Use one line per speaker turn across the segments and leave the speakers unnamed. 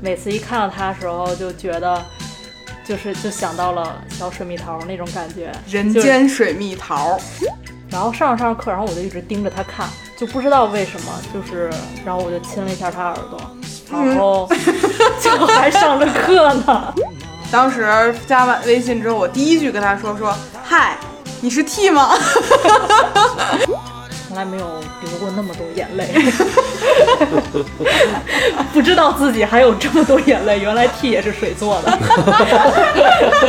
每次一看到他的时候，就觉得就是就想到了小水蜜桃那种感觉，
人
就是
间水蜜桃，
然后上着上着课，然后我就一直盯着他看，就不知道为什么，就是然后我就亲了一下他耳朵，
嗯
然 后就还上着课呢。
当时加完微信之后，我第一句跟他说说：“嗨，你是 T 吗
从来没有流过那么多眼 泪，不知道自己还有这么多眼泪。原来 T 也是水做的。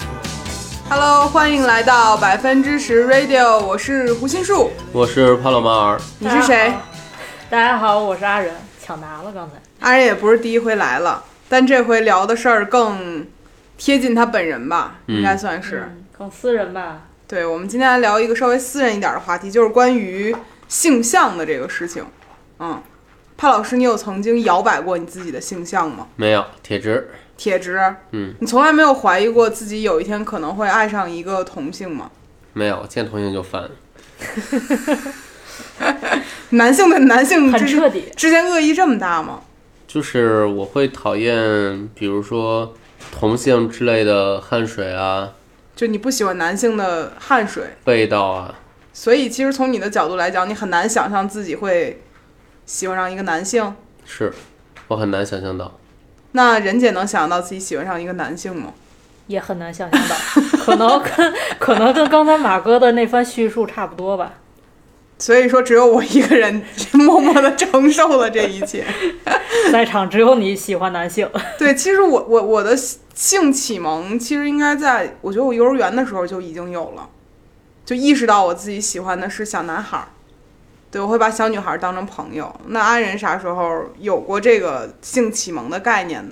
？”Hello，欢迎来到百分之十 Radio，我是胡心树，
我是帕洛马尔，
你是谁？
大家好，我是阿仁，抢答了刚才。
阿仁也不是第一回来了，但这回聊的事儿更贴近他本人吧，
嗯
应该算是。
嗯，更私人吧。
对，我们今天来聊一个稍微私人一点的话题，就是关于性向的这个事情。嗯，帕老师，你有曾经摇摆过你自己的性向吗？
没有铁直，
铁直，
嗯，
你从来没有怀疑过自己有一天可能会爱上一个同性吗？
没有见同性就烦，
男性的男性
很
之
彻底
之间恶意这么大吗？
就是我会讨厌，比如说同性之类的汗水啊、
就你不喜欢男性的汗水，
味道啊，
所以其实从你的角度来讲，你很难想象自己会喜欢上一个男性。
是我很难想象到。
那任姐能想到自己喜欢上一个男性吗？
也很难想象到， 可能跟可能跟刚才马哥的那番叙述差不多吧。
所以说，只有我一个人 默默地承受了这一切。
在场只有你喜欢男性，
对，其实我我我的性启蒙其实应该在我觉得我幼儿园的时候就已经有了，就意识到我自己喜欢的是小男孩儿，对我会把小女孩儿当成朋友。那安仁啥时候有过这个性启蒙的概念呢？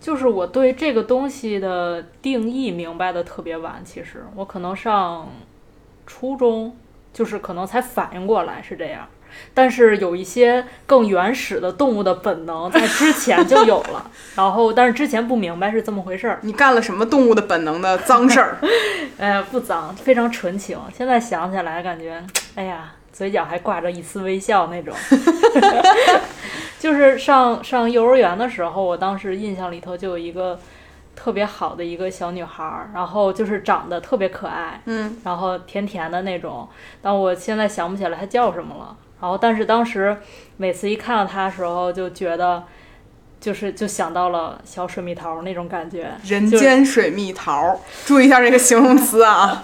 就是我对这个东西的定义明白的特别晚。其实我可能上初中，就是可能才反应过来是这样。但是有一些更原始的动物的本能，在之前就有了， 然后但是之前不明白是这么回事儿，
你干了什么动物的本能的脏 事儿？
哎呀，不脏，非常纯情。现在想起来，感觉哎呀，嘴角还挂着一丝微笑那种。 就是上上幼儿园的时候，我当时印象里头就有一个特别好的一个小女孩儿，然后就是长得特别可爱，
嗯，
然后甜甜的那种，但我现在想不起来她叫什么了。然后，但是当时每次一看到她的时候，就觉得。就是就想到了小水蜜桃那种感觉，
人
就是
间水蜜桃，注意一下这个形容词啊。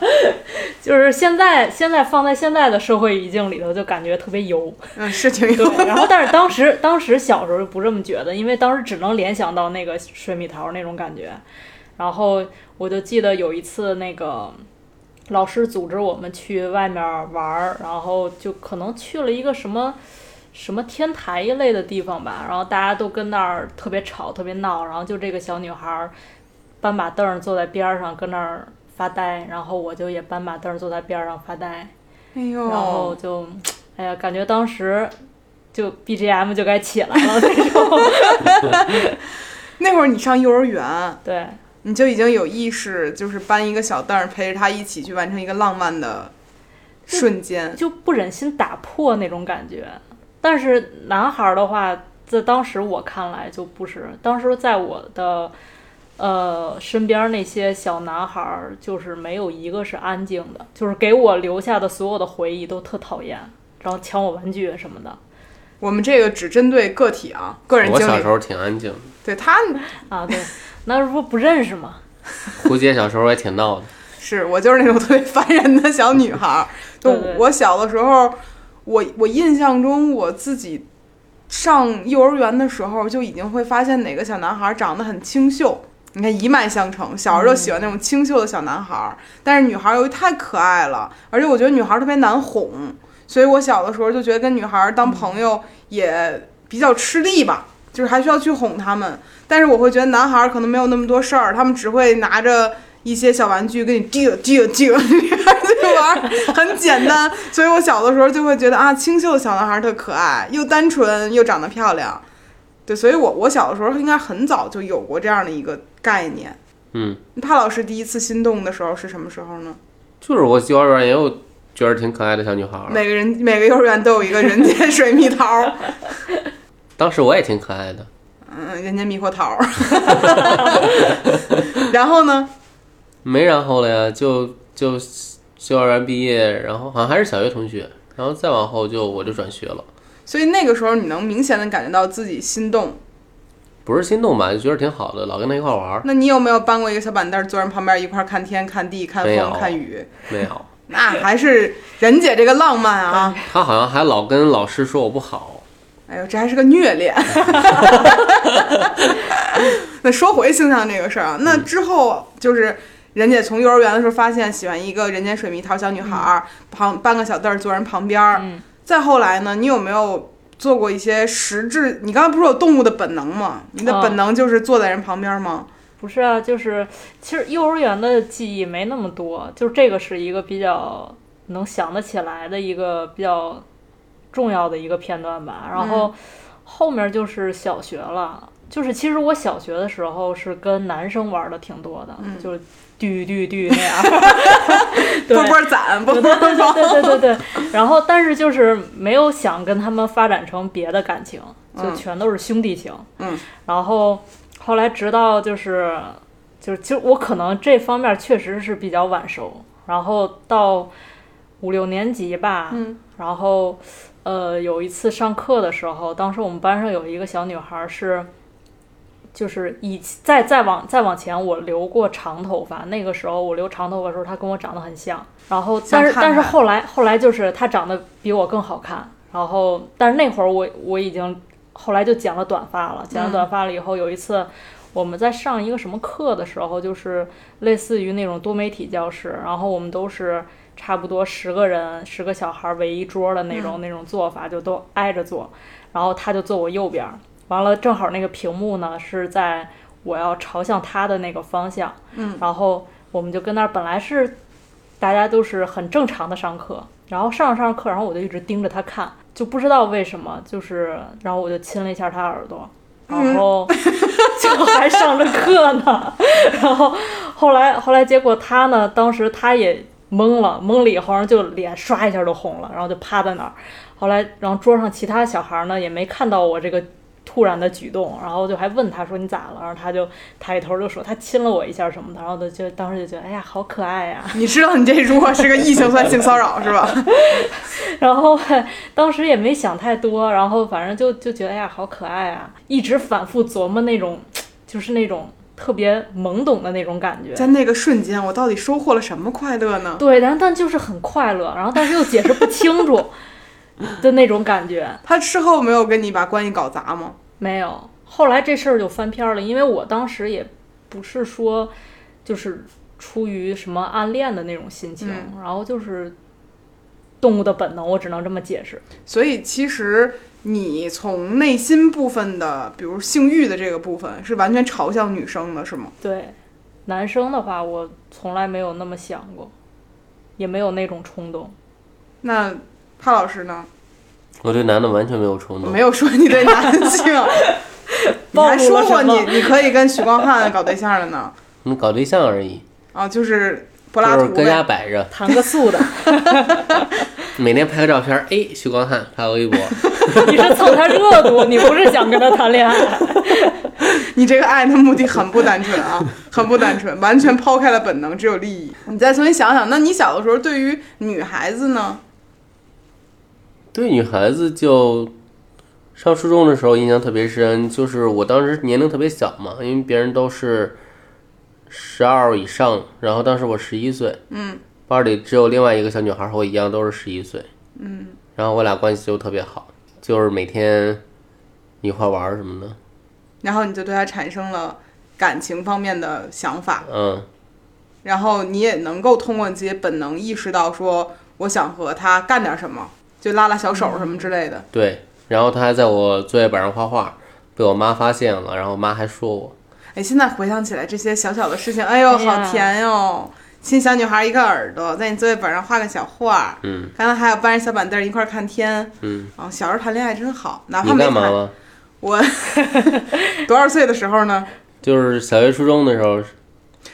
就是现在，现在放在现在的社会语境里头，就感觉特别油。
嗯，是挺有。
对，然后但是当时，当时小时候不这么觉得，因为当时只能联想到那个水蜜桃那种感觉。然后我就记得有一次，那个老师组织我们去外面玩儿，然后就可能去了一个什么。什么天台一类的地方吧，然后大家都跟那儿特别吵、特别闹，然后就这个小女孩儿搬把凳儿坐在边儿上跟那儿发呆，然后我就也搬把凳儿坐在边儿上发呆，
哎
然后
呦，
就，哎呀，感觉当时就 BGM 就该起来了 那种。
那会儿你上幼儿园，
对，
你就已经有意识，就是搬一个小凳儿陪着他一起去完成一个浪漫的瞬间。
就不忍心打破那种感觉。但是男孩儿的话，在当时我看来就不是，当时在我的呃身边那些小男孩儿，就是没有一个是安静的，就是给我留下的所有的回忆都特讨厌，然后抢我玩具什么的
我们这个只针对个体啊，个人
我
经
小时
历。
候挺安静的，
对他
啊，对， 那不不认识吗？
胡姐小时候也挺闹的，
是我就是那种特别烦人的小女孩儿。就
对对
我小的时候，我我印象中我自己上幼儿园的时候就已经会发现哪个小男孩儿长得很清秀。你看一脉相承，小时候就喜欢
嗯
那种清秀的小男孩儿，但是女孩儿由于太可爱了，而且我觉得女孩儿特别难哄，所以我小的时候就觉得跟女孩
嗯
儿当朋友也比较吃力吧，就是还需要去哄她们。但是我会觉得男孩儿可能没有那么多事儿，他们只会拿着一些小玩具跟你丢丢丢， 就玩儿，很简单。所以我小的时候就会觉得啊，清秀的小男孩儿特可爱，又单纯又长得漂亮。对，所以我我小的时候应该很早就有过这样的一个概念。
嗯，
帕老师第一次心动的时候是什么时候呢？
就是我幼儿园也有觉得挺可爱的小女孩儿。
每个人每个幼儿园都有一个人间水蜜桃儿，
当时我也挺可爱的，
嗯，人间猕猴桃儿。 然后呢，
没然后了呀，就就幼儿园毕业，然后好像还是小学同学，然后再往后就我就转学了，
所以那个时候你能明显的感觉到自己心动。
不是心动吧，就觉得挺好的，老跟他一块玩儿，
那你有没有搬过一个小板凳儿，坐人旁边一块儿看天、看地、看
没有
风、看雨？
没有，
那还是任姐这个浪漫啊！
他好像还老跟老师说我不好，
哎呦，这还是个虐恋。 那说回星象这个事儿
嗯
啊，那之后就是任姐从幼儿园的时候发现喜欢一个人间水蜜桃小女孩儿，旁搬个小凳儿坐人旁边儿。
嗯
再后来呢，你有没有做过一些实质？你刚才不是有动物的本能吗？你的
哦
本能就是坐在人旁边吗？
不是啊，就是其实幼儿园的记忆没那么多，就是这个是一个比较能想得起来的一个比较重要的一个片段吧。然后后面就是小学了，就是其实我小学的时候是跟男生玩的挺多的，
嗯
就是嘟嘟嘟那样，对
波波攒，波
对
波
对对
放。
对对对对。然后，但是就是没有想跟他们发展成别的感情，就
嗯
全都是兄弟情。
嗯。
然后后来直到就是就是其实我可能这方面确实是比较晚熟，然后到五六年级吧，
嗯
然后呃有一次上课的时候，当时我们班上有一个小女孩是。就是以再再往再往前，我留过长头发。那个时候我留长头发的时候，她跟我长得很像。然后，
想
但是
看
但是
看
后来后来就是她长得比我更好看。然后，但是那会儿我我已经后来就剪了短发了。剪了
嗯
短发了以后，有一次我们在上一个什么课的时候，就是类似于那种多媒体教室，然后我们都是差不多十个人、十个小孩围一桌的那种、那种做法，就都挨着坐。然后他就坐我右边儿，完了正好那个屏幕呢是在我要朝向他的那个方向，
嗯，
然后我们就跟那儿本来是大家都是很正常的上课，然后上着上着课，然后我就一直盯着他看，就不知道为什么，就是然后我就亲了一下他耳朵，然后就还上着课呢， 然后后来后来结果他呢，当时他也懵了，懵了以后，然后就脸唰一下就红了，然后就趴在那儿。后来，然后桌上其他小孩呢也没看到我这个突然的举动，然后就还问他说你咋了？然后他就抬头就说他亲了我一下什么的，然后就就当时就觉得哎呀好可爱呀、
你知道你这如果是个异性算性骚扰是吧？
然后呃当时也没想太多，然后反正就就觉得哎呀好可爱啊，一直反复琢磨那种就是那种特别懵懂的那种感觉。
在那个瞬间，我到底收获了什么快乐呢？
对，然后但就是很快乐，然后但是又解释不清 楚的那种感觉。
他事后没有跟你把关系搞砸吗？
没有，后来这事儿就翻篇儿了，因为我当时也不是说就是出于什么暗恋的那种心情，
嗯
然后就是动物的本能，我只能这么解释。
所以其实你从内心部分的，比如性欲的这个部分，是完全朝向女生的，是吗？
对，男生的话，我从来没有那么想过，也没有那种冲动。
那帕老师呢？
我对男的完全没有冲
我
动
没。有说你对男 性，你还说过
暴露
你
了什
你可以跟许光汉搞对象了呢？
嗯，搞对象而已，
啊，就是柏拉
就是
图
搁家
呗。
摆着，
谈个素的，
每天拍个照片，哎，徐光汉发个微博，
你是蹭他热度，你不是想跟他谈恋
啊
爱。
你这个爱的目的很不单纯啊， 很不单纯，完全抛开了本能，只有利益。你再重新想想，那你小的时候对于女孩子呢？
对女孩子就上初中的时候印象特别深，就是我当时年龄特别小嘛，因为别人都是十二以上，然后当时我十一岁，
嗯，
班里只有另外一个小女孩和我一样都是十一岁，
嗯，
然后我俩关系就特别好，就是每天一块玩儿什么的，
然后你就对她产生了感情方面的想法。
嗯，
然后你也能够通过你自己的本能意识到说，我想和他干点什么，就拉拉小手什么之类的。
对，然后她还在我作业本上画画，被我妈发现了，然后我妈还说我，
哎，现在回想起来这些小小的事情，哎呦，
哎呀
好甜哟、亲小女孩一个耳朵，在你作业本上画个小画，
嗯，
刚才还有搬着小板凳一块儿看天，
嗯，
哦，小时候谈恋爱真好，哪
啊
怕
你
没
干嘛
谈。
吗？
我多少岁的时候呢？
就是小学初中的时候，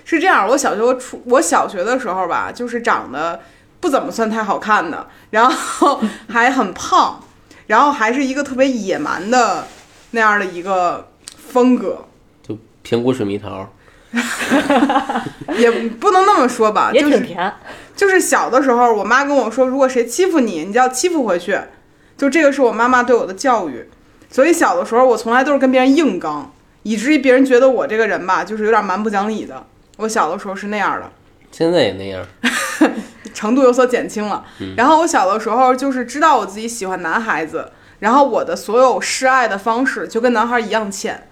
是这样，我小学我初我小学的时候吧，就是长得不怎么算太好看的，然后还很胖，然后还是一个特别野蛮的那样的一个风格，
就平谷水蜜桃，
也不能那么说吧，
也
就
挺
是
甜。
就是小的时候，我妈跟我说，如果谁欺负你，你就要欺负回去，就这个是我妈妈对我的教育，所以小的时候我从来都是跟别人硬刚，以至于别人觉得我这个人吧，就是有点蛮不讲理的。我小的时候是那样的，
现在也那样。
程度有所减轻了。然后我小的时候就是知道我自己喜欢男孩子，然后我的所有示爱的方式就跟男孩一样欠。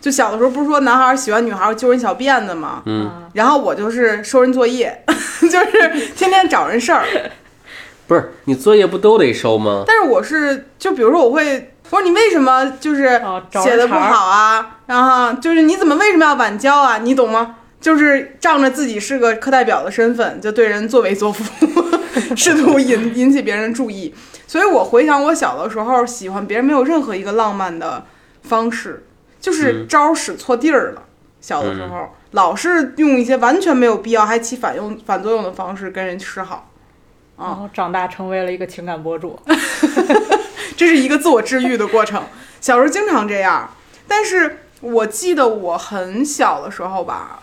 就小的时候不是说男孩喜欢女孩揪人小辫子吗？
嗯，
啊，
然后我就是收人作业， 就是天天找人事儿。
不是你作业不都得收吗？
但是我是就比如说我会，我说你为什么就是
哦找人
写的不
茬儿
好啊？然后就是你怎么为什么要晚交啊？你懂吗？就是仗着自己是个课代表的身份，就对人作威作福， 试图引引起别人注意。所以我回想我小的时候，喜欢别人没有任何一个浪漫的方式，就是招儿使错地儿了。小的时候、老是用一些完全没有必要还起反用反作用的方式跟人示好，
然后长大成为了一个情感博主，
这是一个自我治愈的过程。小时候经常这样，但是我记得我很小的时候吧，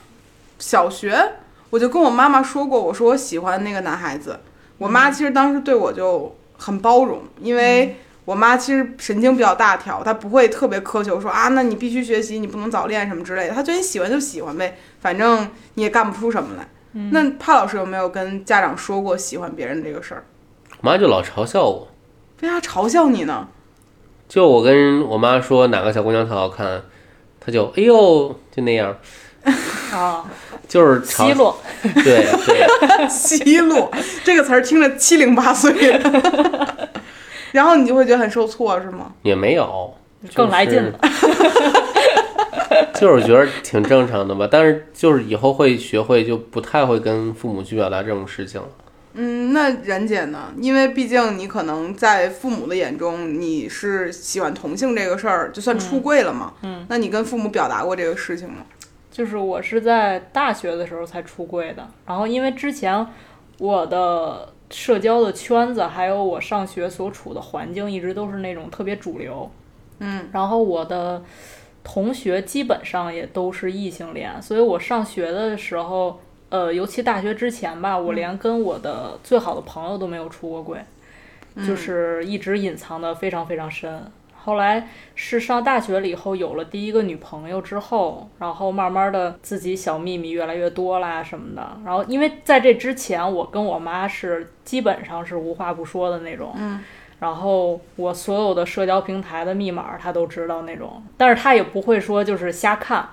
小学我就跟我妈妈说过，我说我喜欢那个男孩子。我妈其实当时对我就很包容，因为我妈其实神经比较大条，她不会特别苛求说啊，那你必须学习，你不能早恋什么之类的。她觉得你喜欢就喜欢呗，反正你也干不出什么来。那帕老师有没有跟家长说过喜欢别人这个事儿？
我妈就老嘲笑我，
为啥嘲笑你呢？
就我跟我妈说哪个小姑娘特好看，她就哎呦就那样，
啊，
就是嘲
奚落，
对对，
奚落 这个词儿听着七零八碎 的，然后你就会觉得很受挫，是吗？
也没有，
更来劲了。
就是觉得挺正常的吧。但是就是以后会学会，就不太会跟父母去表达这种事情了。
嗯，那冉姐呢？因为毕竟你可能在父母的眼中，你是喜欢同性这个事儿，就算出柜了嘛。嗯，那你跟父母表达过这个事情吗？
就是我是在大学的时候才出柜的，然后因为之前我的社交的圈子，还有我上学所处的环境，一直都是那种特别主流，
嗯，
然后我的同学基本上也都是异性恋，所以我上学的时候，呃，尤其大学之前吧，我连跟我的最好的朋友都没有出过柜，就是一直隐藏的非常非常深。后来是上大学了以后，有了第一个女朋友之后，然后慢慢的自己小秘密越来越多啦什么的。然后因为在这之前，我跟我妈是基本上是无话不说的那种，然后我所有的社交平台的密码他都知道那种，但是他也不会说就是瞎看，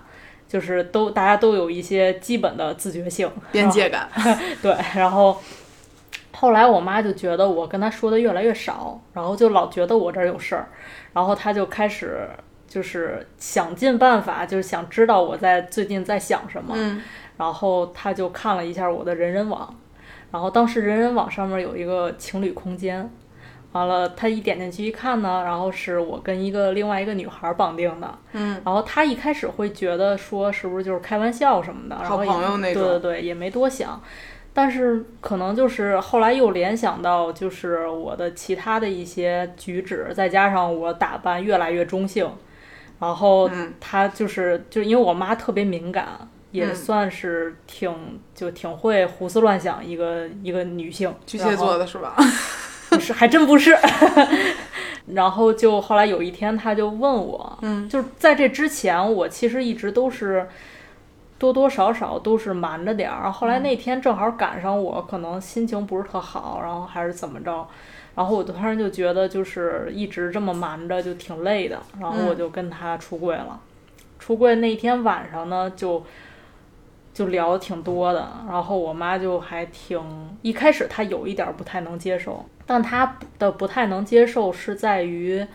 就是都大家都有一些基本的自觉性
边界感。
对，然后后来我妈就觉得我跟她说的越来越少，然后就老觉得我这儿有事儿，然后她就开始就是想尽办法，就是想知道我在最近在想什么。
嗯
然后她就看了一下我的人人网，然后当时人人网上面有一个情侣空间。完了，她一点进去一看呢，然后是我跟一个另外一个女孩绑定的，
嗯，
然后她一开始会觉得说是不是就是开玩笑什么的，然
好
后也
朋友那种
对对对，也没多想，但是可能就是后来又联想到，就是我的其他的一些举止，再加上我打扮越来越中性，然后
嗯
她就是就因为我妈特别敏感，也
嗯
算是挺就挺会胡思乱想一个一个女性，
巨蟹座的是吧？
不是，还真不是。然后就后来有一天，他就问我，
嗯，
就是在这之前，我其实一直都是多多少少都是瞒着点儿。后来那天正好赶上我可能心情不是特好，然后还是怎么着，然后我突然就觉得就是一直这么瞒着就挺累的，然后我就跟他出柜了。出柜那天晚上呢，就就聊得挺多的，然后我妈就还挺一开始她有一点儿不太能接受，但她的不太能接受是在于，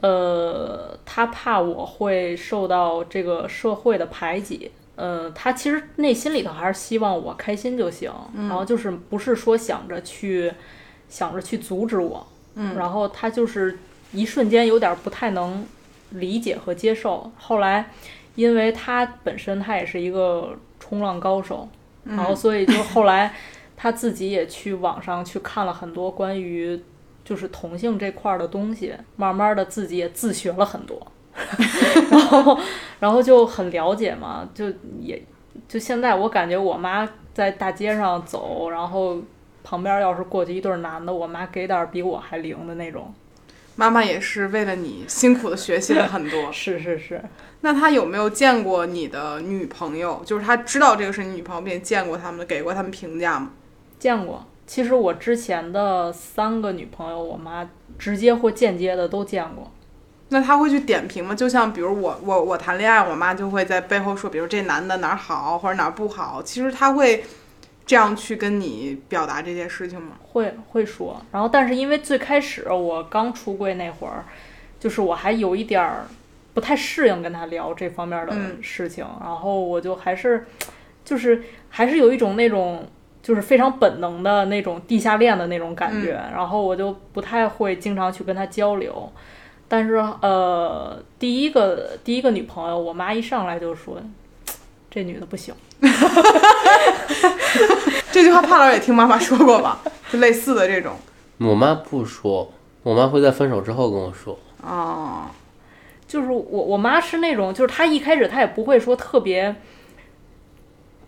呃，她怕我会受到这个社会的排挤。呃，她其实内心里头还是希望我开心就行，然后就是不是说想着去想着去阻止我，嗯，然后她就是一瞬间有点儿不太能理解和接受。后来，因为他本身他也是一个冲浪高手，然后所以就后来他他自己也去网上去看了很多关于就是同性这块儿的东西，慢慢的自己也自学了很多， 然后然后就很了解嘛，就也就现在我感觉我妈在大街上走，然后旁边要是过去一对儿男的，我妈给点儿比我还灵的那种。。
妈妈也是为了你辛苦的学习了很 多
是是是，
那她有没有见过你的女朋友？就是她知道这个是你女朋友，并且见过他们，给过他们评价吗？
见过。其实我之前的三个女朋友，我妈直接或间接的都见过。
那她会去点评吗？就像比如我我我谈恋爱，我妈就会在背后说，比如这男的哪儿好或者哪儿不好。其实她会这样去跟你表达这些事情吗？
会会说，然后但是因为最开始我刚出柜那会儿，就是我还有一点儿不太适应跟他聊这方面的
嗯
事情，然后我就还是就是还是有一种那种就是非常本能的那种地下恋的那种感觉，然后我就不太会经常去跟他交流。但是呃，第一个第一个女朋友，我妈一上来就说这女的不行。
这句话帕老师也听妈妈说过吧？就类似的这种。
我妈不说，我妈会在分手之后跟我说。
哦，
就是我我妈是那种，就是她一开始她也不会说特别，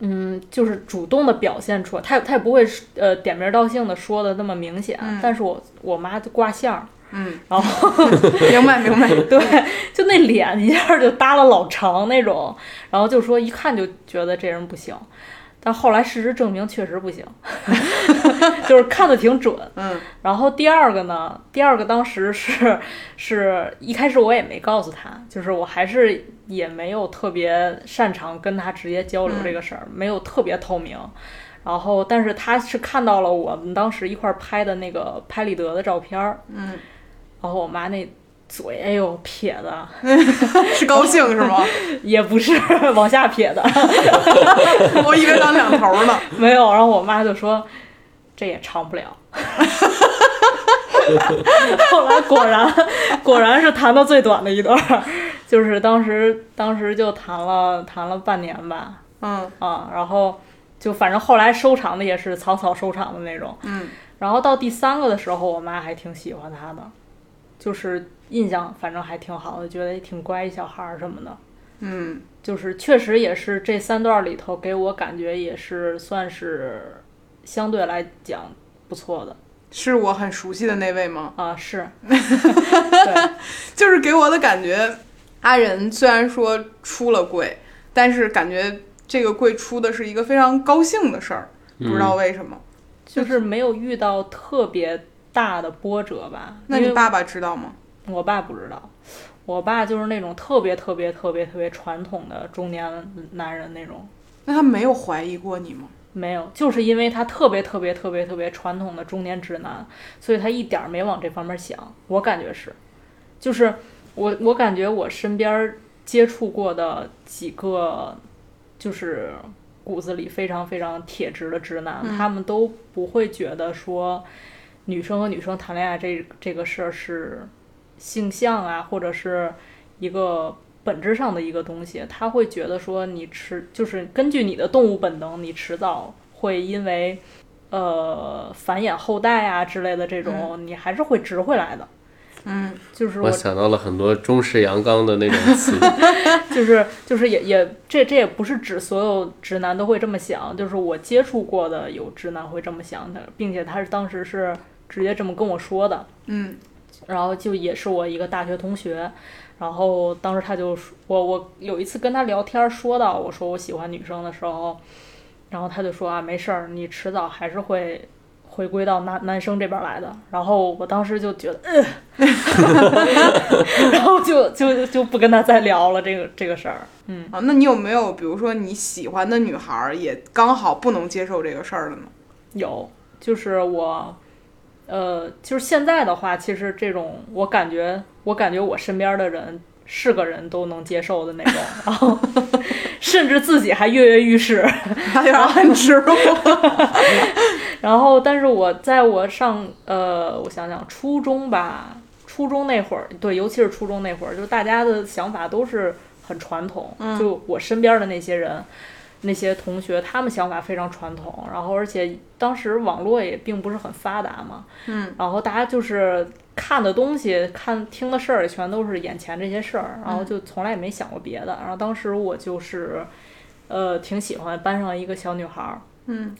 嗯，就是主动的表现出来，她也她也不会呃点名道姓的说的那么明显，啊但是我我妈就挂相儿，
嗯，
然后
明白明白。
对，就那脸一下就耷拉老长那种，然后就说一看就觉得这人不行，但后来事实证明确实不 行，就是看的挺准，
嗯
然后第二个呢，第二个当时是是一开始我也没告诉他，就是我还是也没有特别擅长跟他直接交流
嗯
这个事儿，没有特别透明。然后，但是他是看到了我们当时一块儿拍的那个拍立得的照片儿，
嗯，
然后我妈那嘴，哎呦撇的，
是高兴是吗？
也不是 往下撇的，
我以为当两头呢。
没有。然后我妈就说，这也长不了。 后来果然，果然是谈到最短的一段儿，就是当时当时就谈了谈了半年吧，
嗯
啊，然后就反正后来收场的也是草草收场的那种。
嗯，
然后到第三个的时候，我妈还挺喜欢他的，就是印象反正还挺好的，觉得也挺乖一小孩儿什么的。
嗯，
就是确实也是这三段里头给我感觉也是算是相对来讲不错的
是我很熟悉的那位吗？
啊， 是，对，
就是给我的感觉，阿仁虽然说出了柜，但是感觉这个柜出的是一个非常高兴的事儿，不知道为什么。
就是没有遇到特别大的波折吧。
那
因
你
为
爸爸知道吗？
我爸不知道，我爸就是那种特别特别特别特别传统的中年男人那种，
那他没有怀疑过你吗？
没有，就是因为他特别特别特别特别传统的中年直男，所以他一点儿没往这方面想。我感觉是，就是我我感觉我身边儿接触过的几个，就是骨子里非常非常铁直的直男，他们都不会觉得说女生和女生谈恋爱这这个事儿是性向啊，或者是一个本质上的一个东西，他会觉得说你迟就是根据你的动物本能，你迟早会因为呃繁衍后代啊之类的这种，你还是会直回来的。
嗯，
就是
我
我
想到了很多中式阳刚的那种 词，
就是就是也也这这也不是指所有直男都会这么想，就是我接触过的有直男会这么想的，并且他是当时是直接这么跟我说的。
嗯，
然后就也是我一个大学同学，然后当时他就说我我有一次跟他聊天儿说到我说我喜欢女生的时候，然后他就说啊没事儿，你迟早还是会回归到男男生这边儿来的。然后我当时就觉得，呃、 然后就就就不跟他再聊了这个这个事儿。嗯，
啊，那你有没有比如说你喜欢的女孩儿也刚好不能接受这个事儿了呢？
有就是我。呃，就是现在的话，其实这种我感觉，我感觉我身边的人是个人都能接受的那种，然后 甚至自己还跃跃欲试。
有点很植入。
然后，但是我在我上呃，我想想，初中吧，初中那会儿，对，尤其是初中那会儿，就是大家的想法都是很传统。就我身边的那些人，那些同学，他们想法非常传统，然后而且当时网络也并不是很发达嘛，
嗯，
然后大家就是看的东西、看听的事儿，全都是眼前这些事儿，然后就从来也没想过别的。然后当时我就是，呃，挺喜欢班上一个小女孩儿，
嗯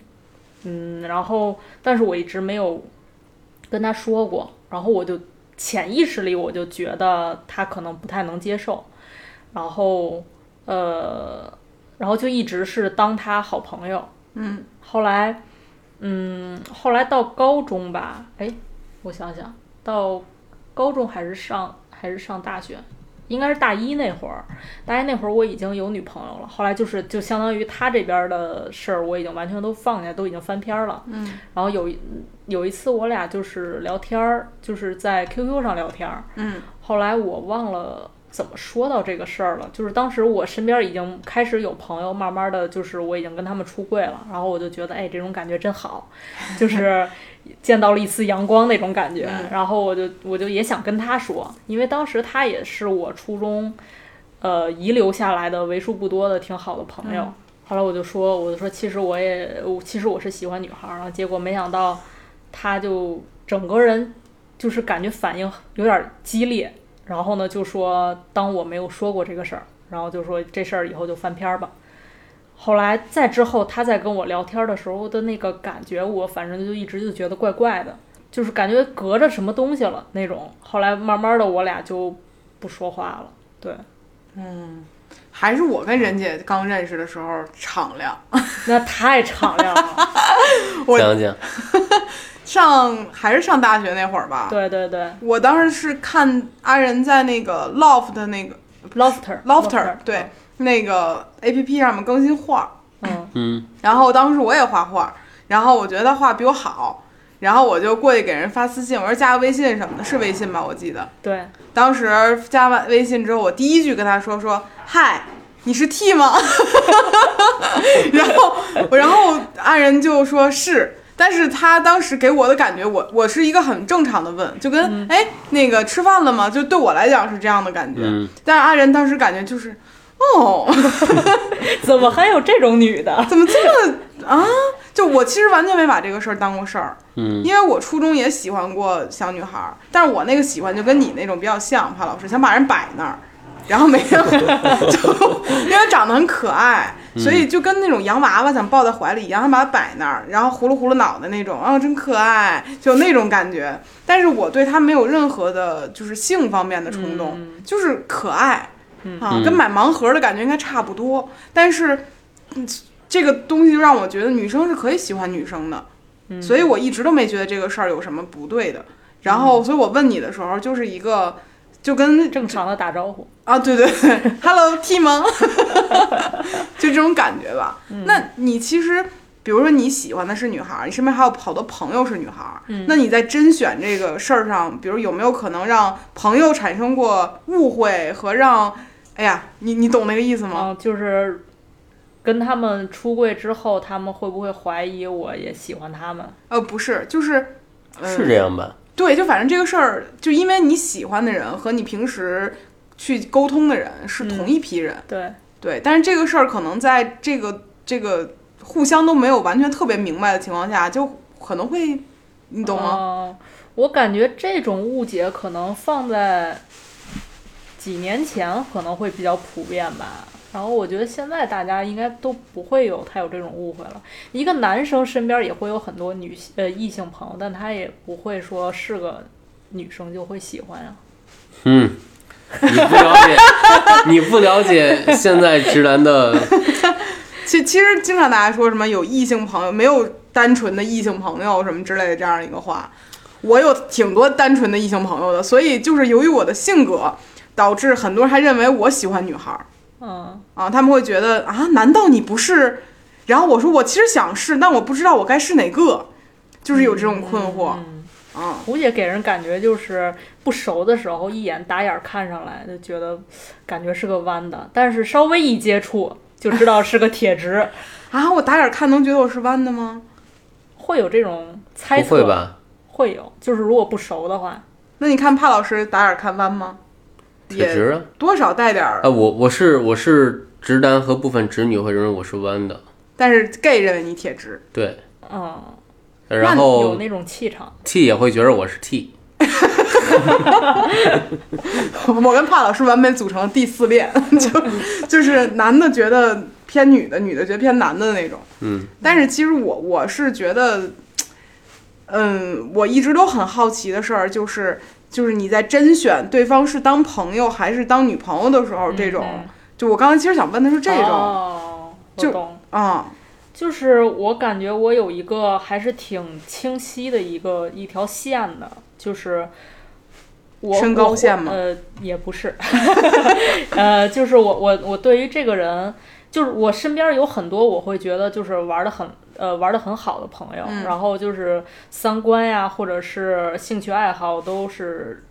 嗯，然后但是我一直没有跟她说过，然后我就潜意识里我就觉得她可能不太能接受，然后呃，然后就一直是当她好朋友，
嗯，
后来嗯，后来到高中吧，哎，我想想，到高中还是上还是上大学。应该是大一那会儿，大一那会儿我已经有女朋友了。后来就是就相当于他这边的事儿，我已经完全都放下，都已经翻篇儿了。
嗯
然后有一有一次我俩就是聊天儿，就是在 QQ 上聊天儿。
嗯
后来我忘了怎么说到这个事儿了，就是当时我身边已经开始有朋友，慢慢的就是我已经跟他们出柜了，然后我就觉得哎，这种感觉真好， 就是见到了一丝阳光那种感觉。
嗯
然后我就我就也想跟他说，因为当时他也是我初中呃遗留下来的为数不多的挺好的朋友。
嗯
后来我就说，我就说，其实我也，我其实我是喜欢女孩儿，然后结果没想到，他就整个人就是感觉反应有点儿激烈，然后呢就说当我没有说过这个事儿，然后就说这事儿以后就翻篇儿吧。后来再之后，他在跟我聊天的时候的那个感觉，我反正就一直就觉得怪怪的，就是感觉隔着什么东西了那种。后来慢慢的，我俩就不说话了。对，
嗯， 还是我跟人姐刚认识的时候敞亮。
那太敞亮 了。
我
讲讲，
上还是上大学那会儿吧，
对对对
我当时是看阿仁在那个 Loft 那个
，lofter
Lofter 对，那个 A P P 上面更新画，
嗯
嗯，
然后当时我也画画，然后我觉得他画比我好，然后我就过去给人发私信，我说加个微信什么的，是微信吧？我记得
对，
当时加完微信之后，我第一句跟他说说嗨。你是 T 吗？ 然后，然后爱人就说是，但是他当时给我的感觉，我我是一个很正常的问，就跟哎、那个吃饭了吗？就对我来讲是这样的感觉。
嗯
但是阿仁当时感觉就是，哦，
怎么还有这种女的？
怎么这么啊？就我其实完全没把这个事儿当过事儿，
嗯
因为我初中也喜欢过小女孩儿，但是我那个喜欢就跟你那种比较像，潘老师想把人摆那儿，然后每天 就因为长得很可爱，所以就跟那种洋娃娃想抱在怀里一样，想把它摆那儿，然后葫芦葫芦脑的那种，啊，真可爱，就那种感觉。但是我对她没有任何的，就是性方面的冲动，
嗯
就是可爱，
嗯
啊，
嗯
跟买盲盒的感觉应该差不多。但是，嗯这个东西就让我觉得女生是可以喜欢女生的，
嗯
所以我一直都没觉得这个事儿有什么不对的。然
嗯
后，所以我问你的时候，就是一个就跟
正常的打招呼。
啊，对对对，Hello T 吗？ 就这种感觉吧。那你其实，比如说你喜欢的是女孩儿，你身边还有好多朋友是女孩儿，
嗯
那你在甄选这个事儿上，比如有没有可能让朋友产生过误会和让，哎呀，你你懂那个意思吗？
嗯，就是跟他们出柜之后，他们会不会怀疑我也喜欢他们？
呃，不是，就是，呃、
是这样吧？
对，就反正这个事儿，就因为你喜欢的人和你平时去沟通的人是同一批人，
对，
对，但是这个事儿可能在这个这个互相都没有完全特别明白的情况下，就可能会，你懂吗？
嗯我感觉这种误解可能放在几年前可能会比较普遍吧。然后我觉得现在大家应该都不会有太有这种误会了。一个男生身边也会有很多女性呃异性朋友，但他也不会说是个女生就会喜欢啊。
嗯，你不了解， 你不了解现在直男的，
其其实经常大家说什么有异性朋友，没有单纯的异性朋友什么之类的这样一个话，我有挺多单纯的异性朋友的，所以就是由于我的性格，导致很多人还认为我喜欢女孩儿
嗯
啊，他们会觉得啊，难道你不是？然后我说我其实想是，但我不知道我该是哪个，就是有这种困惑，
嗯。
嗯
胡姐给人感觉就是不熟的时候，一眼打眼儿看上来就觉得感觉是个弯的，但是稍微一接触就知道是个铁直，
啊，我打眼看能觉得我是弯的吗？
会有这种猜
不
测，
会？吧？
会有，就是如果不熟的话，
那你看帕老师打眼看弯吗？
铁直
也
啊！
多少带点儿
啊，我我是我是直男和部分直女会认为我是弯的，
但是 gay 认为你铁直，
对，
嗯，
然
有
后
那种气场，
T 也会觉得我是 T，
我跟帕老师完美组成了第四恋， 就就是男的觉得偏女的，女的觉得偏男的那种。
嗯，
但是其实我我是觉得，嗯，我一直都很好奇的事儿就是，就是你在甄选对方是当朋友还是当女朋友的时候，这种，
嗯嗯
就我刚才其实想问的是这种
哦、我
就
懂。
啊、
就是我感觉我有一个还是挺清晰的一个一条线的，就是我
身高线
我
吗
呃，也不是， 呃，就是我我我对于这个人，就是我身边有很多我会觉得就是玩的很呃玩的很好的朋友，
嗯
然后就是三观呀或者是兴趣爱好都是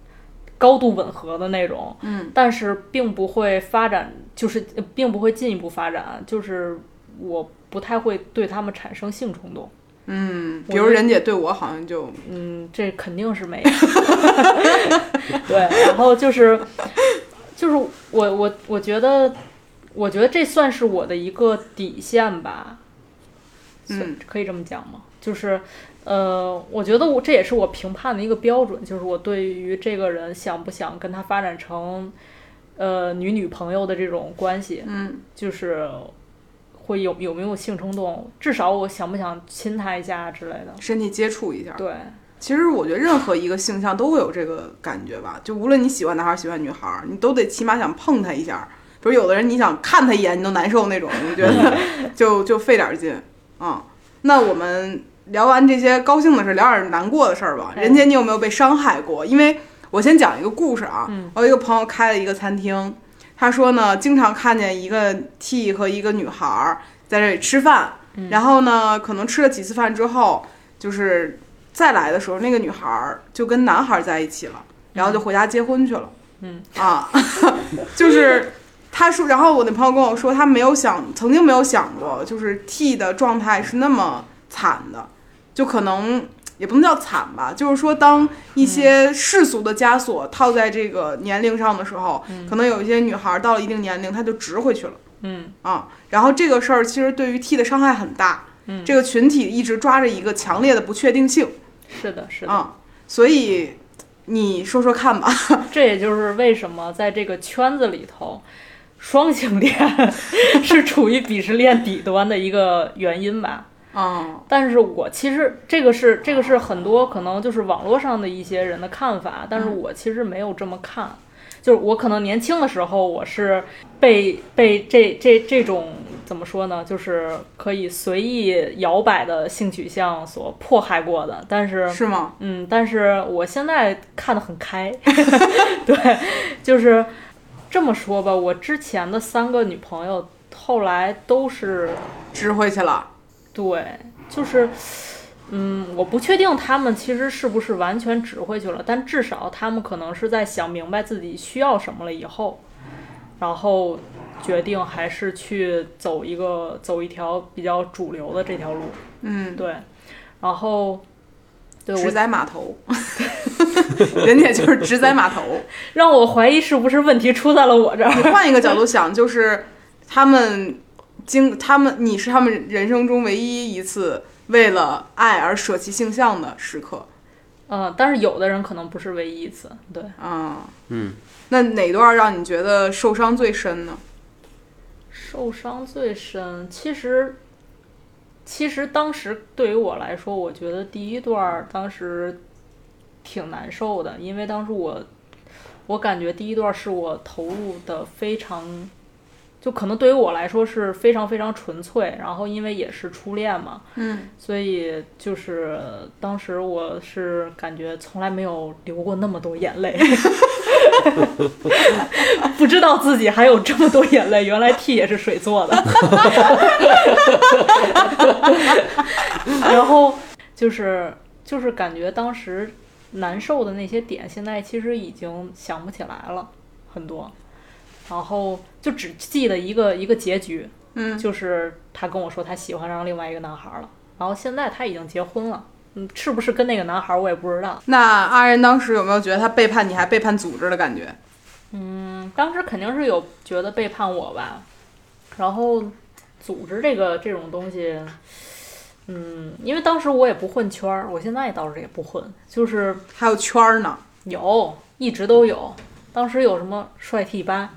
高度吻合的那种，
嗯，
但是并不会发展，就是呃并不会进一步发展，就是我不太会对他们产生性冲动。
嗯，
我
比如
觉得
任姐对我好像就
嗯，这肯定是没有。 对，然后就是就是我我我觉得，我觉得这算是我的一个底线吧，算
嗯，
可以这么讲吗？就是。呃，我觉得我这也是我评判的一个标准，就是我对于这个人想不想跟他发展成，呃，女女朋友的这种关系，
嗯
就是会有有没有性冲动，至少我想不想亲他一下啊之类的。
身体接触一下。
对，
其实我觉得任何一个性向都会有这个感觉吧，就无论你喜欢男孩儿喜欢女孩儿，你都得起码想碰他一下儿。比如有的人你想看他一眼你都难受那种，我觉得 就就费点儿劲啊、那我们聊完这些高兴的事儿，聊点儿难过的事儿吧。
哎
人杰，你有没有被伤害过？因为我先讲一个故事啊，
嗯
我有一个朋友开了一个餐厅，他说呢，经常看见一个 T 和一个女孩儿在这里吃饭，然后呢，可能吃了几次饭之后，就是再来的时候，那个女孩儿就跟男孩儿在一起了，然后就回家结婚去了。
嗯
啊， 就是他说，然后我那朋友跟我说，他没有想，曾经没有想过，就是 T 的状态是那么惨的，就可能也不能叫惨吧，就是说当一些世俗的枷锁套在这个年龄上的时候，可能有一些女孩儿到了一定年龄，她就直回去了。
嗯
啊，然后这个事儿其实对于 T 的伤害很大，
嗯
这个群体一直抓着一个强烈的不确定性
是的，是的，
啊，所以你说说看吧，
这也就是为什么在这个圈子里头。双性恋 是处于鄙视链底端的一个原因吧，
啊，
但是我其实这个是这个是很多可能就是网络上的一些人的看法，但是我其实没有这么看，就是我可能年轻的时候我是被被这这这种怎么说呢，就是可以随意摇摆的性取向所迫害过的，但是
是吗？
嗯，但是我现在看得很开， 对，就是这么说吧，我之前的三个女朋友后来都是
支回去了，
对，就是，嗯，我不确定他们其实是不是完全指挥去了，但至少他们可能是在想明白自己需要什么了以后，然后决定还是去走一个走一条比较主流的这条路。
嗯，
对，然后，对
直
我
宰码头， 人家就是直宰码 头。
让我怀疑是不是问题出在了我这儿。
你换一个角度想，就是他们经他们你是他们人生中唯一一次为了爱而舍弃性向的时刻，
嗯，但是有的人可能不是唯一一次，对。
啊，
嗯，
那哪段让你觉得受伤最深呢？
受伤最深，其实，其实当时对于我来说，我觉得第一段儿当时挺难受的，因为当时我，我感觉第一段是我投入的非常，就可能对于我来说是非常非常纯粹，然后因为也是初恋嘛，
嗯，
所以就是当时我是感觉从来没有流过那么多眼泪， 不知道自己还有这么多眼泪，原来 T 也是水做的。然后就是就是感觉当时难受的那些点，现在其实已经想不起来了很多，然后就只记得一个一个结局，
嗯
就是他跟我说他喜欢上另外一个男孩了，然后现在他已经结婚了，嗯，是不是跟那个男孩我也不知道。
那阿仁当时有没有觉得他背叛你，还背叛组织的感觉？
嗯，当时肯定是有觉得背叛我吧，然后组织这个这种东西，嗯，因为当时我也不混圈儿，我现在倒是也不混，就是
还有圈儿呢，
有一直都有。当时有什么帅 T 班，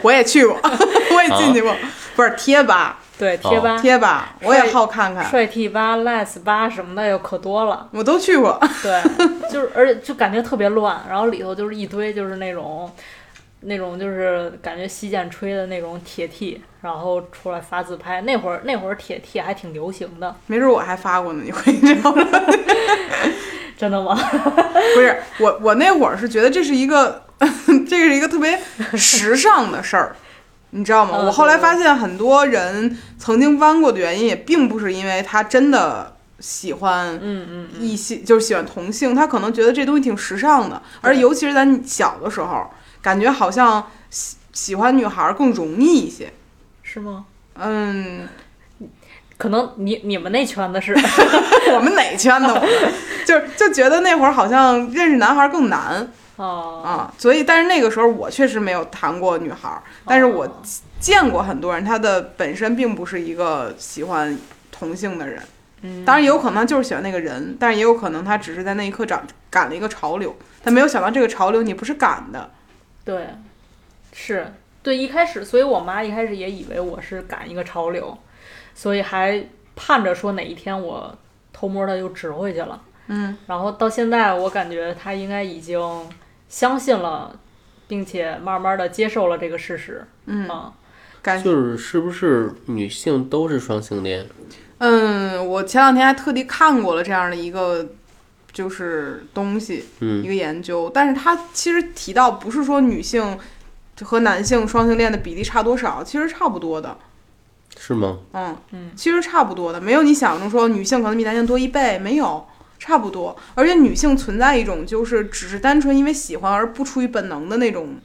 我 也去过，我也进去过，不是贴吧，
对贴吧、
贴吧，我也好看看，
帅 T 吧、less 吧什么的有可多了。
我都去过。
对，就是而且就感觉特别乱，然后里头就是一堆就是那种那种就是感觉洗剪吹的那种铁 T，然后出来发自拍。那会儿那会儿铁 T 还挺流行的，
没准我还发过呢，你会知道 吗？
真的吗？
不是我，我那会儿是觉得这是一个， 这是一个特别时尚的事儿，你知道吗？
嗯
我后来
对
发现很多人曾经弯过的原因，也并不是因为他真的喜欢
嗯嗯嗯，
异性，就是喜欢同性，他可能觉得这东西挺时尚的，而
对
尤其是咱小的时候，感觉好像喜喜欢女孩儿更容易一些。
是吗？
嗯，
可能你你们那圈子是
我们哪圈的？我们就是就觉得那会儿好像认识男孩儿更难。
哦，
啊，所以但是那个时候我确实没有谈过女孩儿，但是我
哦
见过很多人，他的本身并不是一个喜欢同性的人，当然也有可能他就是喜欢那个人，但是也有可能他只是在那一刻赶赶了一个潮流，他没有想到这个潮流你不是赶的，
对，是对一开始，所以我妈一开始也以为我是赶一个潮流，所以还盼着说哪一天我偷摸的又折回去了。
嗯，
然后到现在，我感觉他应该已经相信了，并且慢慢的接受了这个事实。
嗯
啊，
感
就是是不是女性都是双性恋？
嗯，我前两天还特地看过了这样的一个就是东西，一
嗯，
个研究，但是它其实提到不是说女性和男性双性恋的比例差多少，其实差不多的。
是吗？
嗯
嗯，
其实差不多的，没有你想象中说女性可能比男性多一倍，没有，差不多。而且女性存在一种就是只是单纯因为喜欢而不出于本能的那种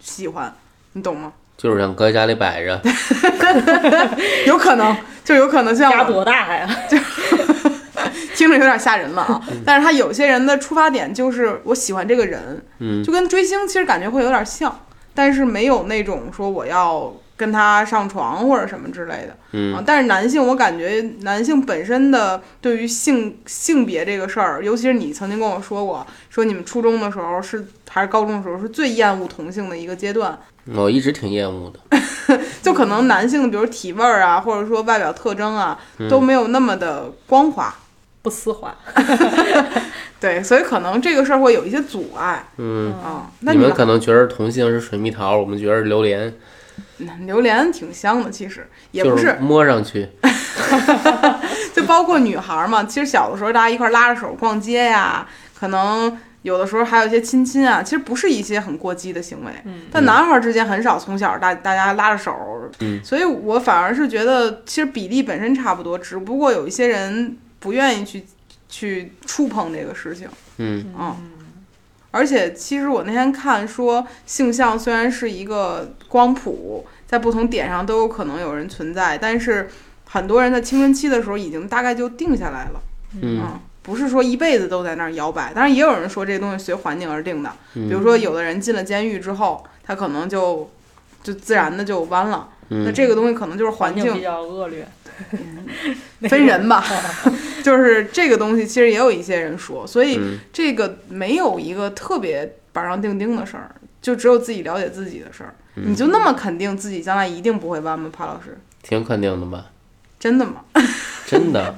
喜欢，你懂吗？
就是想搁家里摆着，
有可能，就有可能像
家
我
多大啊呀？
听着有点吓人了啊。但是他有些人的出发点就是我喜欢这个人，
嗯，
就跟追星其实感觉会有点像，但是没有那种说我要跟他上床或者什么之类的。
嗯
啊，但是男性，我感觉男性本身的对于性性别这个事儿，尤其是你曾经跟我说过，说你们初中的时候是还是高中的时候是最厌恶同性的一个阶段，
我一直挺厌恶的。
就可能男性的比如体味儿啊，或者说外表特征啊，
嗯
都没有那么的光滑，
不丝滑。
对，所以可能这个事儿会有一些阻碍
嗯，
啊。那
你们
呢
可能觉得同性是水蜜桃，我们觉得是榴莲，
嗯榴莲挺香的，其实也不，
就是摸上去。
就包括女孩儿嘛，其实小的时候大家一块儿拉着手逛街呀、可能有的时候还有一些亲亲啊，其实不是一些很过激的行为。
嗯
但男孩儿之间很少从小大大家拉着手，
嗯
所以我反而是觉得其实比例本身差不多，只不过有一些人不愿意去去触碰这个事情。
嗯，
嗯，而且其实我那天看说，性向虽然是一个光谱，在不同点上都有可能有人存在，但是很多人在青春期的时候已经大概就定下来了。
嗯
啊不是说一辈子都在那儿摇摆，当然也有人说这东西随环境而定的。比
嗯
如说，有的人进了监狱之后，他可能就就自然的就弯了。那
嗯，
这个东西可能就是环
环境
境
比较恶劣，
分人吧， 就是这个东西其实也有一些人说，所以
嗯
这个没有一个特别板上钉钉的事儿，就只有自己了解自己的事儿。
嗯
你就那么肯定自己将来一定不会弯吗，帕老师？
挺肯定的吧？
真的吗？
真的，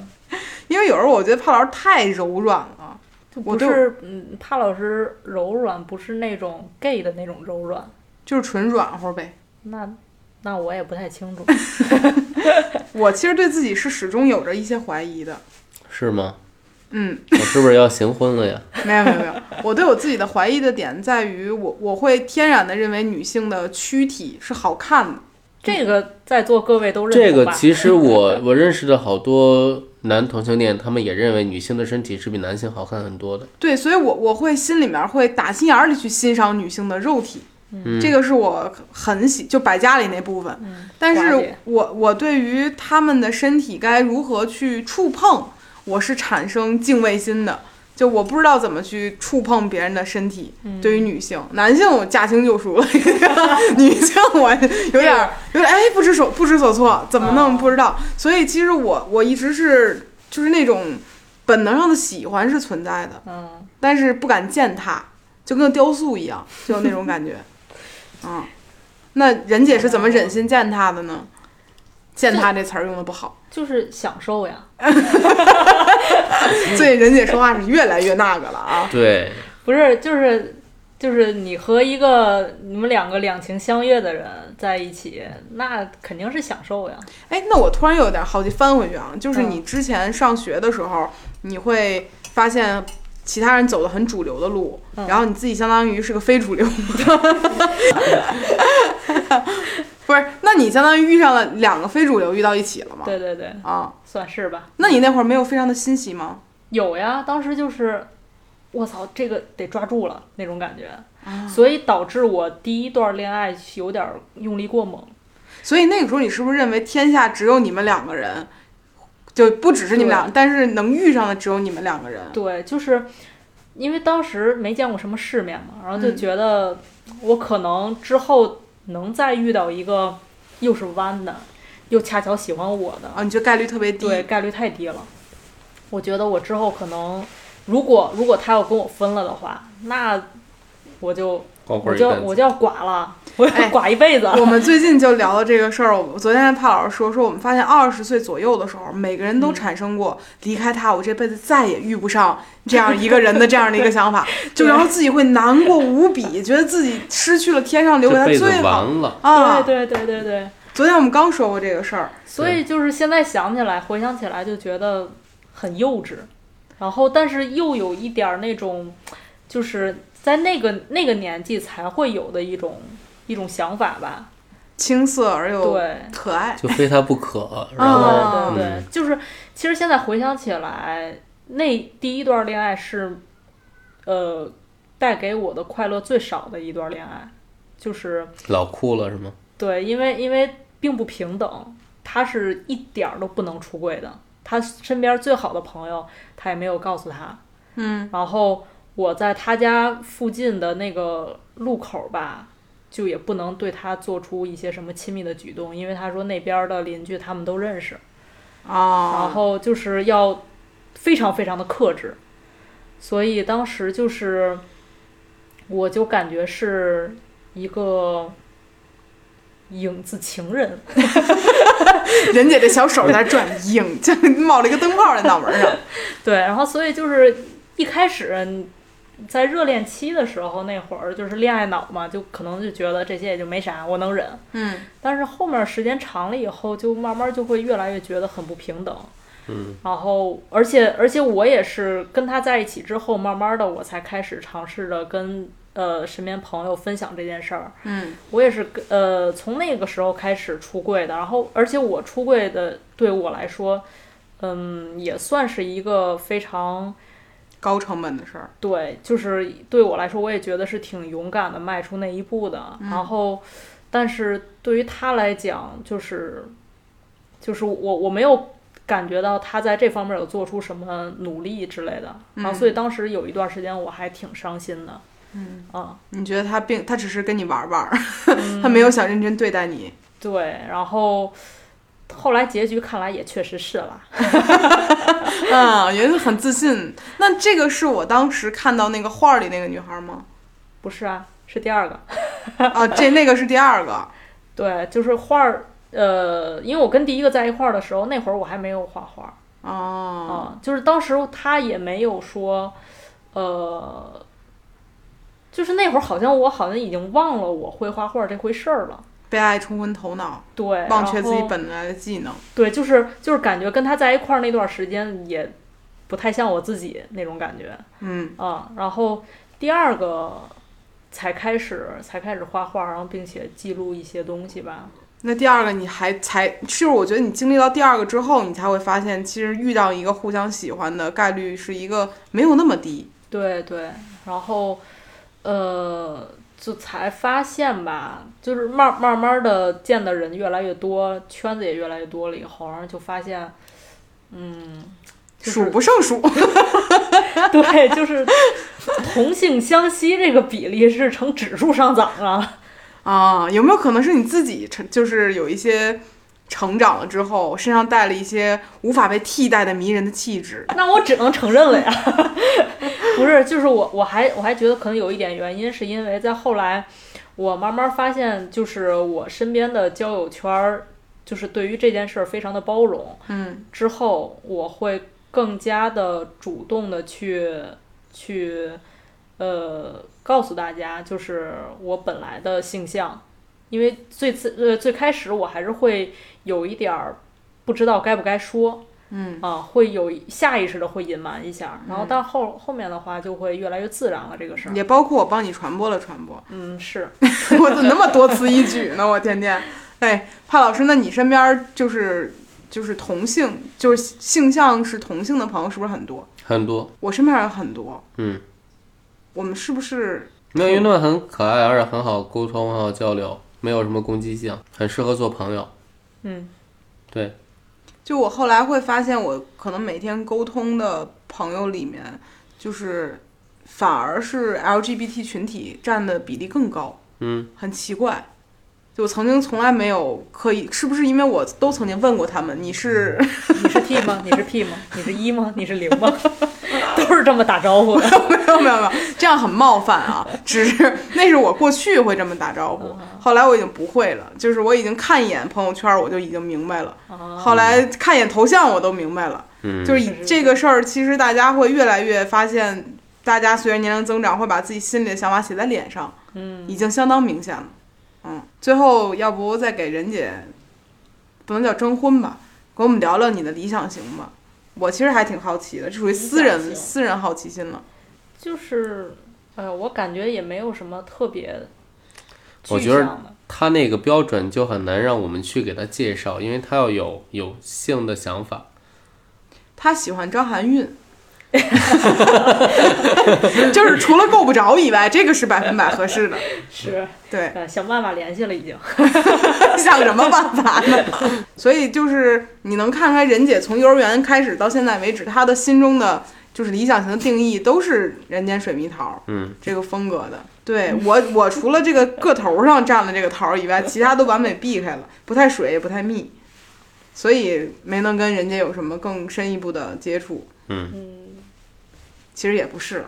因为有时候我觉得帕老师太柔软了，
就
我
不
都
是嗯，帕老师柔软，不是那种 gay 的那种柔软。
就是纯软和呗。
那那我也不太清楚。
我其实对自己是始终有着一些怀疑的。
是吗？
嗯，
我是不是要行婚了呀？
没有没有没有， 我对我自己的怀疑的点在于我我会天然的认为女性的躯体是好看的。
这个在座各位都认
这
同
个
吧？
其实我我认识的好多男同性恋，他们也认为女性的身体是比男性好看很多的。
对，所以我我会心里面会打心眼儿里去欣赏女性的肉体，
嗯
这个是我很喜就摆家里那部分。
嗯
但
寡
是
姐
我我对于她们的身体该如何去触碰，我是产生敬畏心的。就我不知道怎么去触碰别人的身体，对于女性，男性我驾轻就熟了， 女性我有点儿有点儿哎不知所不知所措，怎么弄
哦
不知道。所以其实我我一直是就是那种本能上的喜欢是存在的，
嗯，
但是不敢践踏，就跟雕塑一样，就有那种感 觉。嗯，那任姐是怎么忍心践踏的呢？践踏这词儿用的不好，
就是享受呀，嗯
所以任姐说话是越来越那个了啊。
对，
不是就是就是你和一个你们两个两情相悦的人在一起，那肯定是享受呀。
哎，那我突然有点好奇，翻回去啊，就是
嗯
你之前上学的时候，你会发现其他人走的很主流的路，
嗯
然后你自己相当于是个非主流 不是，那你相当于遇上了两个非主流遇到一起了嘛？
对对对，
啊，
算是吧。
那你那会儿没有非常的欣喜吗？
有呀，当时就是，我操，这个得抓住了那种感觉，
啊
所以导致我第一段恋爱有点儿用力过猛。
所以那个时候你是不是认为天下只有你们两个人，就不只是你们俩，但是能遇上的只有你们两个人？
对，就是因为当时没见过什么世面嘛，然后就
嗯
觉得我可能之后能再遇到一个又是弯的，又恰巧喜欢我的，
啊，你觉得概率特别低？
对，概率太低了。我觉得我之后可能，如果如果他要跟我分了的话，那我就
光
我
棍一
就
辈
我
子。
就要寡了，我要
哎
寡一辈子。
我们最近就聊到这个事儿，我昨天还怕老师说，说我们发现二十岁左右的时候，每个人
嗯
都产生过离开他，我这辈子再也遇不上这样一个人的这样的 一个想法，就然后自己会难过无比，觉得自己失去了天上留给他
这辈子
最好
完了，
啊。
对对对对对，
昨天我们刚说过这个事儿，
所以就是现在想起来，回想起来就觉得很幼稚，然后但是又有一点儿那种，就是在那个那个年纪才会有的一种一种想法吧。
青涩而又
对，
可爱。
就非他不可。
对
然后
啊
对对，
嗯
就是其实现在回想起来，那第一段恋爱是，呃，带给我的快乐最少的一段恋爱，就是
老哭了是吗？
对，因为因为并不平等，他是一点儿都不能出柜的。他身边最好的朋友，他也没有告诉他。
嗯，
然后我在他家附近的那个路口吧，就也不能对他做出一些什么亲密的举动，因为他说那边的邻居他们都认识。然
啊，
后就是要非常非常的克制，所以当时就是我就感觉是一个影子情人，
任姐这小手在转，影 就冒了一个灯泡在脑门上。
对，然后所以就是一开始你在热恋期的时候那会儿就是恋爱脑嘛，就可能就觉得这些也就没啥，我能忍，
嗯，
但是后面时间长了以后，就慢慢就会越来越觉得很不平等。
嗯，
然后而且而且我也是跟他在一起之后，慢慢的我才开始尝试着跟呃身边朋友分享这件事儿。
嗯，
我也是跟呃从那个时候开始出柜的，然后而且我出柜的对我来说，嗯，也算是一个非常。
高成本的事儿。
对，就是对我来说，我也觉得是挺勇敢的迈出那一步的。然后，但是对于他来讲，就是就是我我没有感觉到他在这方面有做出什么努力之类的。然后，所以当时有一段时间我还挺伤心的。嗯啊，
你觉得他并他只是跟你玩玩儿， 他没有想认真对待你。
对，然后后来结局看来也确实是了。
嗯，也是很自信。那这个是我当时看到那个画儿里那个女孩吗？
不是啊，是第二个。
啊， 这那个是第二个。
对，就是画儿。呃，因为我跟第一个在一块儿的时候，那会儿我还没有画画。
哦，
啊，就是当时他也没有说，呃，就是那会儿好像我好像已经忘了我会画画这回事儿了，
被爱冲昏头脑，
对，
忘却
然
自己
后
本来的技能。
对，就是就是感觉跟他在一块儿那段时间也不太像我自己那种感觉
嗯，
啊。然后第二个才开始才开始画画，然后并且记录一些东西吧。
那第二个你还才，就是我觉得你经历到第二个之后，你才会发现，其实遇到一个互相喜欢的概率是一个没有那么低。
对对，然后呃，就才发现吧，就是慢慢慢的见的人越来越多，圈子也越来越多了以后，然后就发现，嗯，就是
数不胜数，
对，就是同性相吸这个比例是呈指数上涨了。
啊，有没有可能是你自己成，就是有一些成长了之后，身上带了一些无法被替代的迷人的气质？
那我只能承认了呀。 不是，就是我我还我还觉得可能有一点原因，是因为在后来我慢慢发现，就是我身边的交友圈儿，就是对于这件事儿非常的包容。
嗯
之后，我会更加的主动的去去呃告诉大家，就是我本来的性向，因为最自呃最开始我还是会有一点儿不知道该不该说
嗯
啊，会有下意识的会隐瞒一下，然后但后后面的话就会越来越自然了这个事儿。
也包括我帮你传播了传播，
嗯，是
我怎么那么多此一举呢？我天天，哎，帕老师，那你身边儿就是就是同性，就是性向是同性的朋友是不是很多？
很多，
我身边儿有很多，
嗯，
我们是不是
那云顿很可爱，而且很好沟通，很好交流，没有什么攻击性，很适合做朋友。
嗯，
对，
就我后来会发现，我可能每天沟通的朋友里面，就是反而是 LGBT 群体占的比例更高，
嗯，
很奇怪。就我曾经从来没有可以，是不是因为我都曾经问过他们，你是
你是 T 吗？你是 P 吗？你是一吗？你是零吗？ 都是这么打招呼的。
没有没有没有，这样很冒犯啊，只是那是我过去会这么打招呼，后来我已经不会了，就是我已经看一眼朋友圈，我就已经明白了，
啊
后来看一眼头像我都明白了。
嗯，
就是
是
以
是
这个事儿，其实大家会越来越发现，大家随着年龄增长，会把自己心里的想法写在脸上，
嗯，
已经相当明显了。嗯，最后要不再给任姐，不能叫征婚吧，给我们聊聊你的理想型吧。我其实还挺好奇的，这属于私
理想
人
型
私人好奇心了。
就是，呃，我感觉也没有什么特别
我
具
觉得
象的。
他那个标准就很难让我们去给他介绍，因为他要有有性的想法。
他喜欢张含韵， 就是除了够不着以外，这个是百分百合适的。
是，
对，
呃，想办法联系了已经。
想什么办法呢？ 所以就是你能看出来，任姐从幼儿园开始到现在为止，她的心中的就是理想型的定义都是人间水蜜桃
嗯，
这个风格的。对我，我除了这个个头上占了这个桃儿以外，其他都完美避开了，不太水也不太密，所以没能跟人家有什么更深一步的接触。
嗯，
其实也不是了，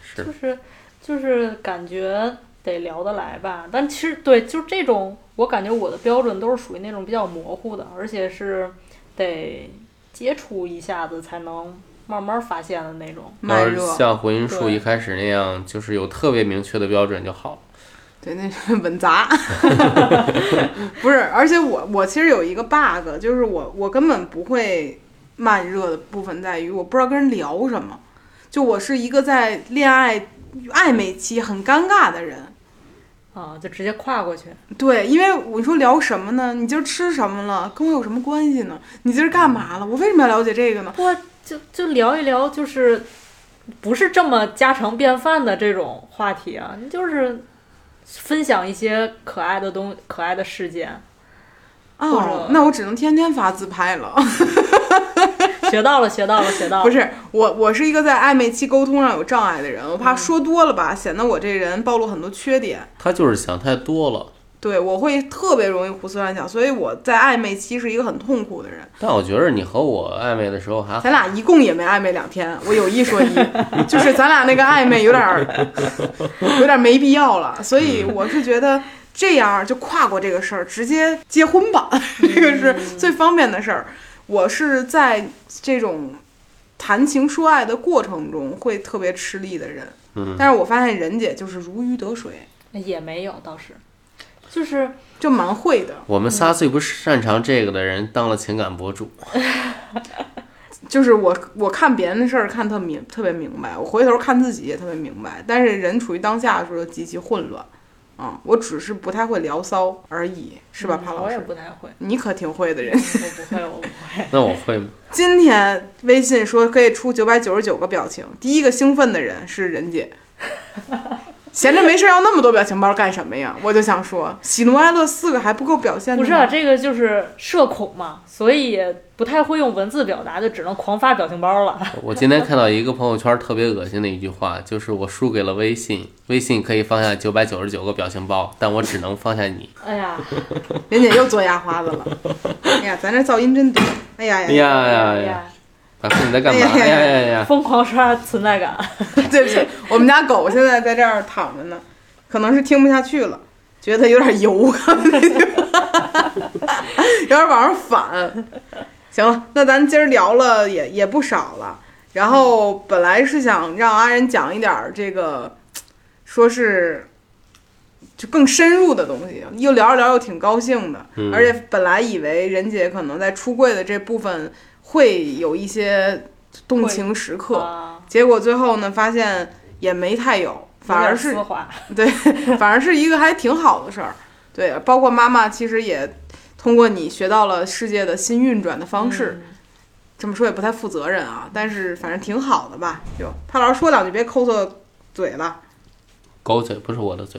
是
就是就是感觉得聊得来吧，但其实对，就是这种，我感觉我的标准都是属于那种比较模糊的，而且是得接触一下子才能慢慢发现的那种。
慢
要是
热。
呃像回音树
对
一开始那样，就是有特别明确的标准就好了。
对，那是 稳砸，不是。而且我我其实有一个 bug，就是我我根本不会慢热的部分在于我不知道跟人聊什么，就我是一个在恋爱暧昧期很尴尬的人。
啊，就直接跨过去，
对，因为我说聊什么呢？你今儿吃什么了？跟我有什么关系呢？你今儿干嘛了？我为什么要了解这个呢？
不就就聊一聊，就是不是这么家常便饭的这种话题啊，你就是分享一些可爱的东、可爱的事件， 或
哦
者，哦
那我只能天天发自拍了。
学到了，学到了，学到了。
不是我，我是一个在暧昧期沟通上有障碍的人，我怕
嗯
说多了吧，显得我这人暴露很多缺点。
他就是想太多了，
对，我会特别容易胡思乱想，所以我在暧昧期是一个很痛苦的人。
但我觉得你和我暧昧的时候还好
咱俩一共也没暧昧两天，我有一说一，就是咱俩那个暧昧有点儿，有点儿没必要了。所以我是觉得这样儿就跨过这个事儿，直接结婚吧，这个是最方便的事儿。我是在这种谈情说爱的过程中会特别吃力的人，
嗯，
但是我发现任姐就是如鱼得水，
也没有，倒是，就是
就蛮会的。
我们仨最不擅长这个的人当了情感博主，
就是我我看别人的事儿看特明特别明白，我回头看自己也特别明白，但是人处于当下的时候极其混乱，嗯，我只是不太会聊骚而已，是吧，
嗯
帕老
我也
师？
不太会，
你可挺会的人。
我不会，我不会。
那我会吗？
今天微信说可以出九百九十九个表情，第一个兴奋的人是任姐，闲着没事要那么多表情包干什么呀？我就想说，喜怒哀乐四个还不够表现的
不
吗
是啊，这个就是社恐嘛，所以不太会用文字表达，就只能狂发表情包了。
我今天看到一个朋友圈特别恶心的一句话，就是我输给了微信，微信可以放下九百九十九个表情包，但我只能放下你。
哎呀，
莲姐又做牙花子了。哎呀，咱这噪音真多！哎呀
哎
呀，
呀呀
哎
呀！大夫你在干嘛？
哎
哎
呀
呀呀呀！
疯狂刷存在感，
对不起，我们家狗现在在这儿躺着呢，可能是听不下去了，觉得有点油，啊 有点往上反。行了，那咱今儿聊了也也不少了，然后本来是想让阿仁讲一点儿这个，说是。就更深入的东西，又聊着聊又挺高兴的，
嗯
而且本来以为任姐可能在出柜的这部分会有一些动
会
情时刻，
啊，
结果最后呢，发现也没太有，反而
有
是
点丝滑
对， 反而是一个还挺好的事儿。对，包括妈妈其实也通过你学到了世界的新运转的方式。这么说也不太负责任啊，但是反正挺好的吧。就潘老师说两句，别抠搜嘴了，
狗嘴不是我的嘴。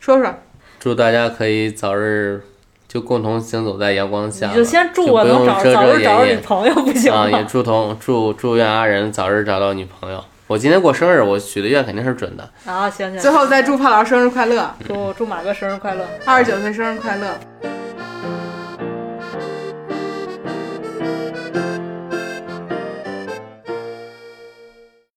说说。
祝大家可以早日就共同行走在阳光下
你
吧。
就先祝
就
我
不
能
用
找
遮
早
遮
日找着
掩
女
掩
朋友，不行
啊，也
吗？
祝同祝祝愿阿仁早日找到女朋友。我今天过生日，我许的愿肯定是准的。
啊，行行，
最后再
行
祝潘老师生日快乐，
祝祝马哥生日快乐。
二十九岁生日快乐。